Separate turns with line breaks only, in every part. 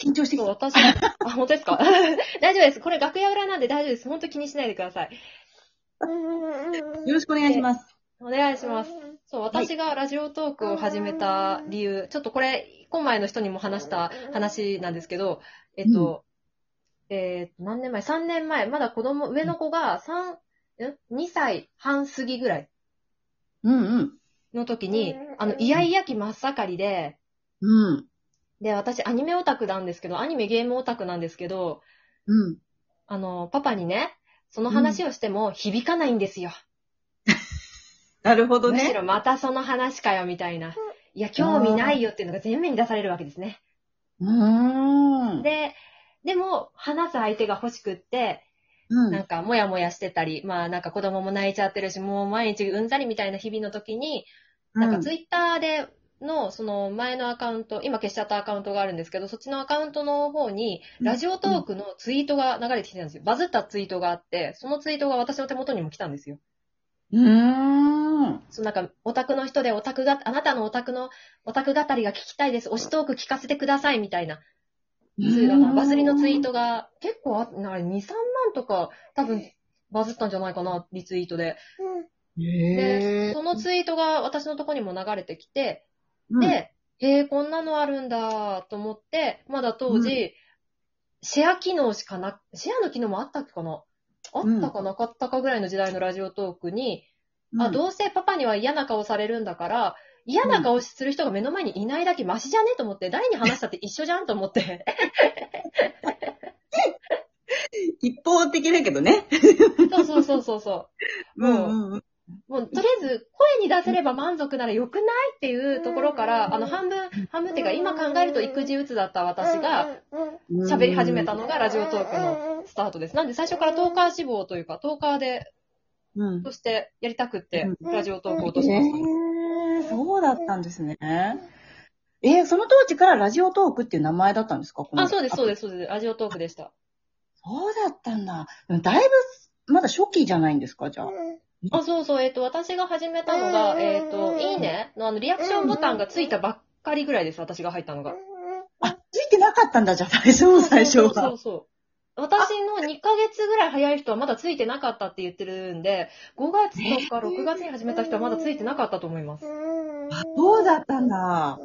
緊張してき
そう、
た。
私、 あ、本当ですか 大丈夫です。これ楽屋裏なんで大丈夫です。本当気にしないでください。
よろしくお願いします。
お願いします。そう、私がラジオトークを始めた理由、ちょっとこれ、今前の人にも話した話なんですけど、えっと、えー何年前 ?3 年前。まだ子供、上の子が3、ん ?2 歳半過ぎぐらい
うんうん。
の時に、あの、イヤイヤ期真っ盛りで、
うん。
で、私アニメオタクなんですけど、アニメゲームオタクなんですけど、
うん。
あの、パパにね、その話をしても響かないんですよ。
なるほど
むし
ね。
ろまたその話かよ、みたいな。いや、興味ないよっていうのが全面に出されるわけですね。
うーん。
で、でも、話す相手が欲しくって、
うん、
なんか、もやもやしてたり、まあ、なんか子供も泣いちゃってるし、もう毎日うんざりみたいな日々の時に、なんかツイッターでの、その前のアカウント、今消しちゃったアカウントがあるんですけど、そっちのアカウントの方に、ラジオトークのツイートが流れてきてたんですよ。バズったツイートがあって、そのツイートが私の手元にも来たんですよ。
うーん。
そうなんか、オタクの人でオタクが、あなたのオタクの、オタク語りが聞きたいです。推しトーク聞かせてください、みたいな。そういうのがバズりのツイートが、結構あ、なんか2、3万とか、多分、バズったんじゃないかな、リツイートで。
へ
で、
ー
そのツイートが私のとこにも流れてきて、
うん
で、へえ、こんなのあるんだ、と思って、まだ当時、シェア機能しかな、シェアの機能もあったっけかなあったかなかったかぐらいの時代のラジオトークに、あ、どうせパパには嫌な顔されるんだから、嫌な顔する人が目の前にいないだけマシじゃねと思って、誰に話したって一緒じゃんと思 って。
一方的だけどね。
そうそうそうそうそうん
うん。
う。もう、とりあえず、声に出せれば満足なら良くないっていうところから、あの、半分、半分っていうか、今考えると育児鬱だった私が、喋り始めたのがラジオトークのスタートです。なんで最初からトーカー志望というか、トーカーで、
うん。
としてやりたくって、ラジオトークを落としました。
えー、そうだったんですね。えー、その当時からラジオトークっていう名前だったんですか。
あ、そうです、そうですす、そうです。ラジオトークでした。
そうだったんだ。でもだいぶ、まだ初期じゃないんですか、じゃあ。
あ、そうそう、えっ、と、私が始めたのが、
うん
えっ、と、いいねのあの、リアクションボタンがついたばっかりぐらいです、私が入ったのが。
あ、ついてなかったんだ、じゃあ、最初の最初
そうそ
が。
うそう。私の2ヶ月ぐらい早い人はまだついてなかったって言ってるんで、5月とか6月に始めた人はまだついてなかったと思います。
そうだったんだ。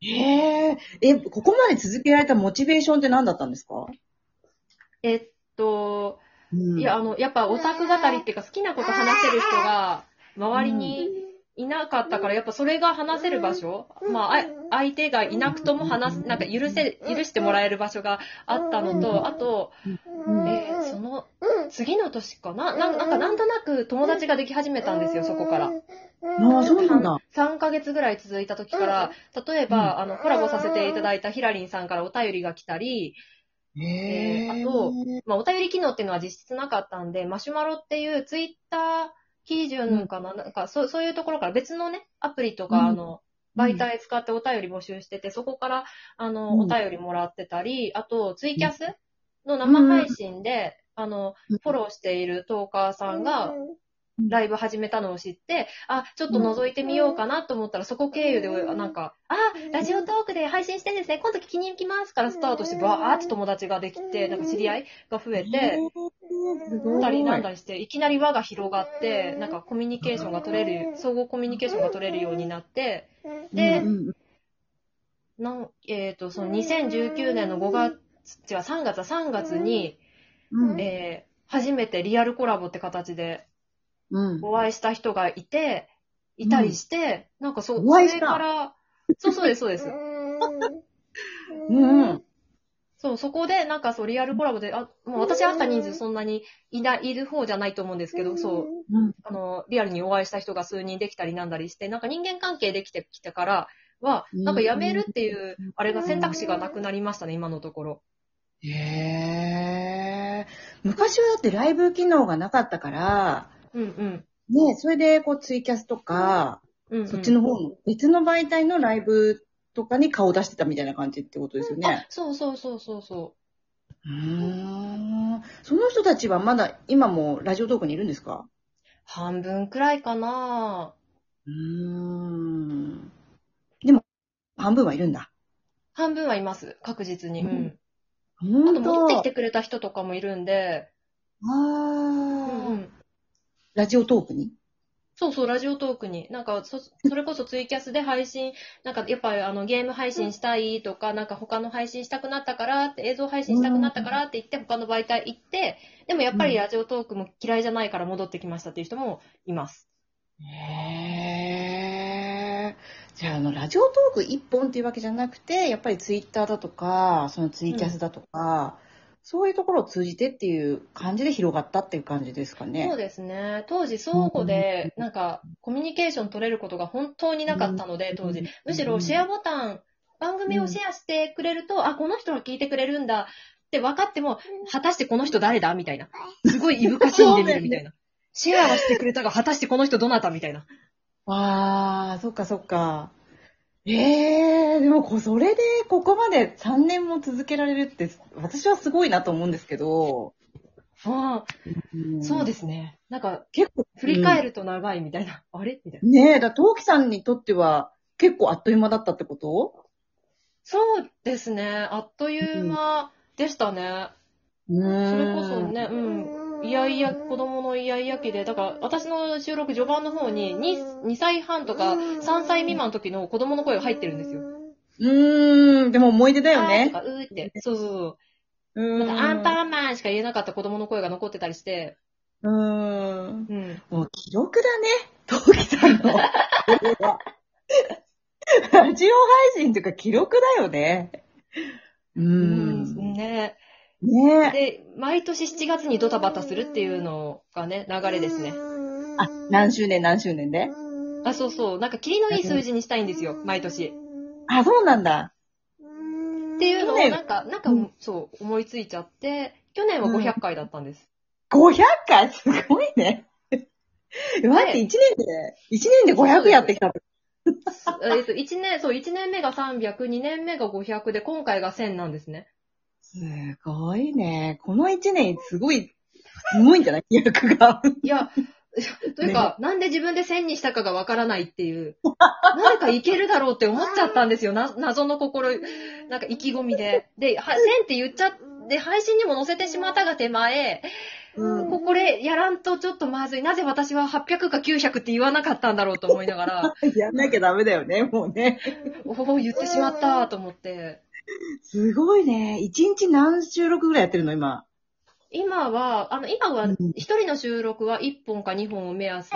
へえー、え、ここまで続けられたモチベーションって何だったんですか、
えっと、
うん
いや、あの、やっぱオタク語りっていうか好きなこと話せる人が周りにいなかったから、やっぱそれが話せる場所、
うん
まああい、相手がいなくとも話す、なんか許せ、許してもらえる場所があったの
うん
と、あと、えーその次の年かなななんかなんとなく友達ができ始めたんですよ、そこから。
ああ、そうなんだ。
3ヶ月ぐらい続いた時から、例えば、あの、コラボさせていただいたヒラリンさんからお便りが来たり、
へ
えーあとまあ、お便り機能っていうのは実質なかったんで、マシュマロっていうツイッター基準かな、なんかそうそういうところから別のね、アプリとか、
うん
あの、媒体使ってお便り募集してて、そこから、あの、
うん
お便りもらってたり、あと、ツイキャスの生配信で、あの、フォローしているトーカーさんが、ライブ始めたのを知って、あ、ちょっと覗いてみようかなと思ったら、そこ経由で、
うん
なんか、あ、ラジオトークで配信してんですね、今度聞きに行きますからスタートして、
うん
ばーっと友達ができて、なんか知り合いが増えて、
すごい
二人なんだりして、いきなり輪が広がって、なんかコミュニケーションが取れる、総合コミュニケーションが取れるようになって、で
うんうん
なんえっ、と、その2019年の5月、違う、3月だ、3月に、
うん
えー初めてリアルコラボって形で
うん、
お会いした人がいて、いたりして、なんかそ、
お会いした
それから、そうそうです、そうです。そう、そこで、なんかそう、リアルコラボで、あ、もう私会った人数そんなにいな、いる方じゃないと思うんですけど、そう、
うん
あの、リアルにお会いした人が数人できたりなんだりして、なんか人間関係できてきてからは、
うん
なんか辞めるっていう、あれが選択肢がなくなりましたね、今のところ。
へえ。昔はだってライブ機能がなかったから、
うんうん。
ね、それでこうツイキャスとか、
うんうん
そっちの方の別の媒体のライブとかに顔出してたみたいな感じってことですよ
あ
ね。、
そうそうそうそうそう
ーん。その人たちはまだ今もラジオトークにいるんですか
う。半分くらいかな
うーん。でも、半分はいるんだ。
半分はいます。確実に。うん。あと
本
戻
当
ってきてくれた人とかもいるんで、う
あ
ん
あ、
うん。
ラジオトークに
そうそう、ラジオトークに。なんか、そ、それこそツイキャスで配信、なんか、やっぱりあの、ゲーム配信したいとか、なんか他の配信したくなったからって、映像配信したくなったからって言って、他の媒体行って、でもやっぱりラジオトークも嫌いじゃないから戻ってきましたっていう人もいます。
へえ。じゃあ、あの、ラジオトーク一本っていうわけじゃなくて、やっぱりツイッターだとか、そのツイキャスだとか、そういうところを通じてっていう感じで広がったっていう感じですか
そう
ね。
ですね。当時、倉庫で、なんか、コミュニケーション取れることが本当になかったので、当時。むしろシェアボタン、番組をシェアしてくれると、あ、この人が聞いてくれるんだって分かっても、果たしてこの人誰だみたいな。 すごいいぶかしんでみるみたい な。シェアはしてくれたが、果たしてこの人どなたみたいな。
ああ、そっかそっか。ええ、でもこ、それでここまで3年も続けられるって、私はすごいなと思うんですけど。。
ああ、そうですすね。なんか、
結構、
振り返
る。
ると長いみたいな。あれみたいな。
ねえ、だ、トウキさんにとっては結構あっという間だったってこと
そうですね。あっという間でしたね。
うーん
それこそね、うん。
うん。
い
い
や
や
い
い
や、
や、
子
子供
供のイヤイヤ期で、だから私の収録序盤の方に 2, 2歳半とか3歳未満の時の子供の声
声
が
が
入
入
っ
ってて
る
る
んで
んですす
よ
よ。。
うーん、でも思い出だよ
あーと
ね。
か、うーって。そうそうそう。
う
なん
ん。
かアンパンマンしか言えなかった子供の声が残ってたりして、
うーん。
うん。
もう記録だね。トウキさんの。 ラジオ配信というか記録だよね。う
う
ー。
んん、ね
ねえ。
で、毎年7月にドタバタするっていうのがね、流
あ
れ
れ
で
ですす
ね
ね。。
あ
あ、、
何
何
周年何周年で
あ、
あ、
そ
そううそう。
そう。なんか霧のいい数字にしたいんで
で
すす
よ
よ、、
毎
毎
年
年。。
あ、
あ、そうなんだ。
っ
ってて
い
いう
の
うの
を、
を、
ね
なんか、なんか、そう、思いついちゃって、去年は500回だったんです。
500回すごいね。待って、1年で、一年で500やってきたって。
えっと、1年、そう、1年目が300、2年目が500で、今回が1000なんですね。
すごいね。この1年、すごい、すごいんじゃない記録が。
いや、というか、なんで自分で1000にしたかがわからないっていう、なんかいけるだろうって思っちゃったんですよ、な謎の心、なんか意気込みで。で、は1000って言っちゃって、配信にも載せてしまったが手前、
うん。
ここでやらんとちょっとまずい。なぜ私は800か900って言わなかったんだろうと思いながら、
やんなきゃダメだよね、もうね。
おお、言ってしまったと思って。
すごいね。1日何収録ぐらいやってるの、今。
今は、あの、今は、
うん
一人の収録は1本か2本を目安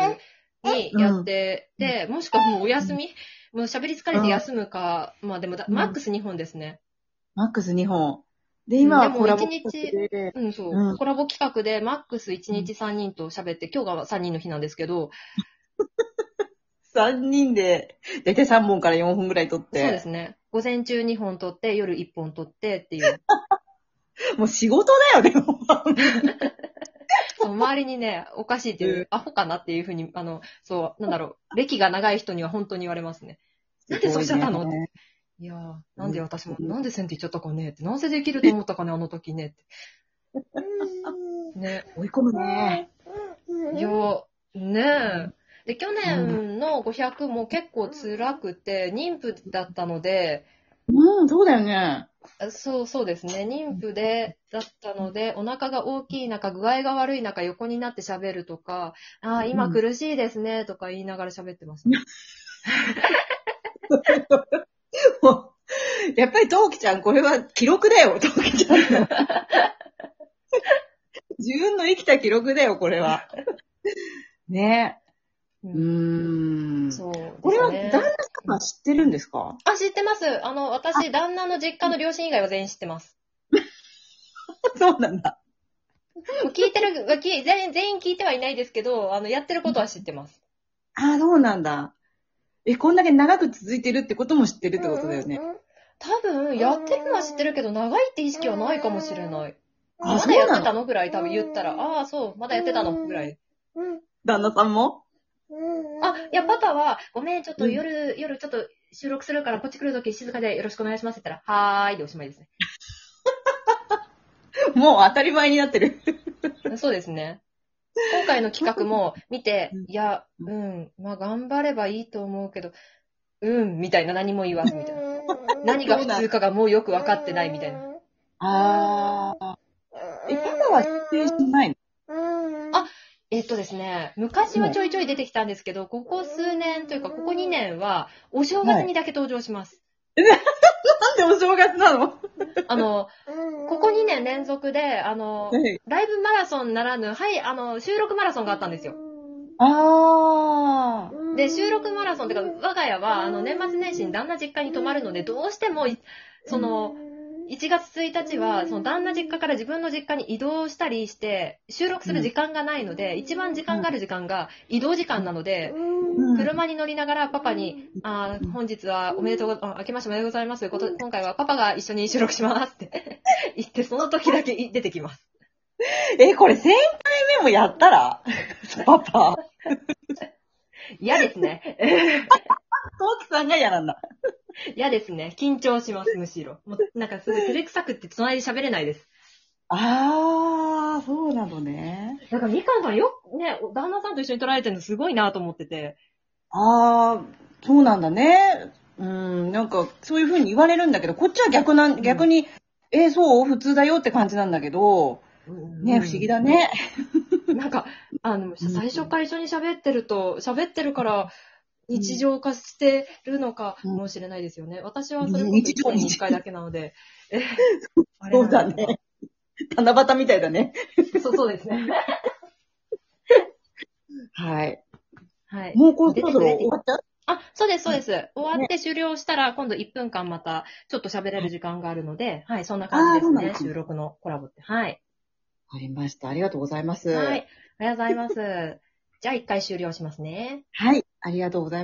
にやって、で、もしくはもうお休み、もう喋り疲れて休むか、まあでもだ、
うん
マックス2本ですね。
マックス2本。で、今は
でも
コラボ
一日
で。
うん、そう。
うん
コラボ企画で、マックス1日3人と喋って、今日が3人の日なんですけど、
3人で、だいたい3本から4本ぐらい撮っ
そうで
て。
すね。午前中2本撮って、夜1本撮ってっていう。
もう仕事 だよね、もう。
そう周りにね、おかしいっていうう、アホかなっていうふうに、あの、そう、なんだろう、歴が長い人には本当に言われますね。なんでそうしちゃったの
すごいね
いやー、なんで私も、なんで線って言っちゃったかねって、なんせできると思ったかね、あの時ねって。ね。
追い込むね。
いやー、ねえ。で、去年の500も結構辛くて、妊婦だったので、
うん、そうだよね。
あそう、そうですね。妊婦で、だったので、お腹が大きい中、具合が悪い中、横になって喋るとか、ああ、今苦しいですね、とか言いながら喋ってました。
もう やっぱりトウキちゃん、これは記録だよ、トウキちゃん の。自分の生きた記録だよ、これは。ね。う
うん
ーん。
そう、
これは
ですね
旦那様は知ってるんですか
あ、知ってます。あの、私、旦那の実家の両親以外は全員知ってます。
そうなんだ。
もう聞いてる、聞い全員、全員聞いてはいないですけど、あの、やってることは知ってます。
ああ、そうなんだ。え、こんだけ長く続いてるってことも知ってるって
っ
こ
てこと
とだ
だ
よ
よね
ね。。
多分、やってるのは知ってるけど、長いって意識はないかもしれない。
あ
ま
そう
だや
なの
ってたのぐらい、多分言ったら、ああ、そう、まだやってたのぐらい。
旦那さんも
あ
あ、、
いや、パパは、ごめん、ちょっと夜、夜ちょっと収録するから、こっち来るとき静かでよろしくお願いしますって言ったら、はーいでおしまいですね。
もう当たり前になってる。
そうですね。今回の企画も見て
うん、
いや、うん、まあ頑張ればいいと思うけど、うん、みたいな何も言わずみたいな。何が普通かがもうよく分かってないみたいな。
ああ。え、パパは出演しないの
えっとですね、昔はちょいちょい出てきたんですけど、ここ数年というか、ここ2年は、お正月にだけ登場します。
なんでお正月なの
あの、ここ2年連続で、あの、ライブマラソンならぬ、はい、あの、収録マラソンがあったんですよ。
ああ。
で、収録マラソンというか、我が家は、あの、年末年始に旦那実家に泊まるので、どうしても、いその、1月1日は、その旦那実家から自分の実家に移動したりして、収録する時間がないので、一番時間がある時間が移動時間なので、
うん
車に乗りながらパパに、あー本日はおめでとうご、あ明けましておめでとうございます。こと今回はパパが一緒に収録しますって 言って、その時だけい出てきます。
え、これ1000回目もやったら パパ。
嫌ですね。
トークさんがやらんだ。
嫌ですね。緊張します、むしろ。もうなんかすごい照れくさくって隣で喋れないです。
ああ、そうなのね。
なんかみかんさんよくね、旦那さんと一緒に撮られてるのすごいなと思ってて。
ああ、そうなんだね。うん、なんか、そういう風に言われるんだけど、こっちは逆な
うん
ん、逆に、えーそう普通だよって感じなんだけど、ね、不思議だね。
なんか、あの、最初から一緒に喋ってると、喋ってるから、日常化してるのかもしれないですよね。私はそれこそ
日
1
常
年に1回だけなので。 えー
そうだね。七夕みたいだね。
そうそうですね。
はい。
はい。
もうこれそろそろ終わっちゃう
あ、そうです、そうです。終わって終了したら、今度1分間また、ちょっと喋れる時間があるので、はい、そんな感じです
あーそうな
ね
ん。だ
収録のコラボって。はい。
わかりました。ありがとうございます。
はい。ありがとうございます。じゃあ1回終了しますね。
はい。ありがとうございます。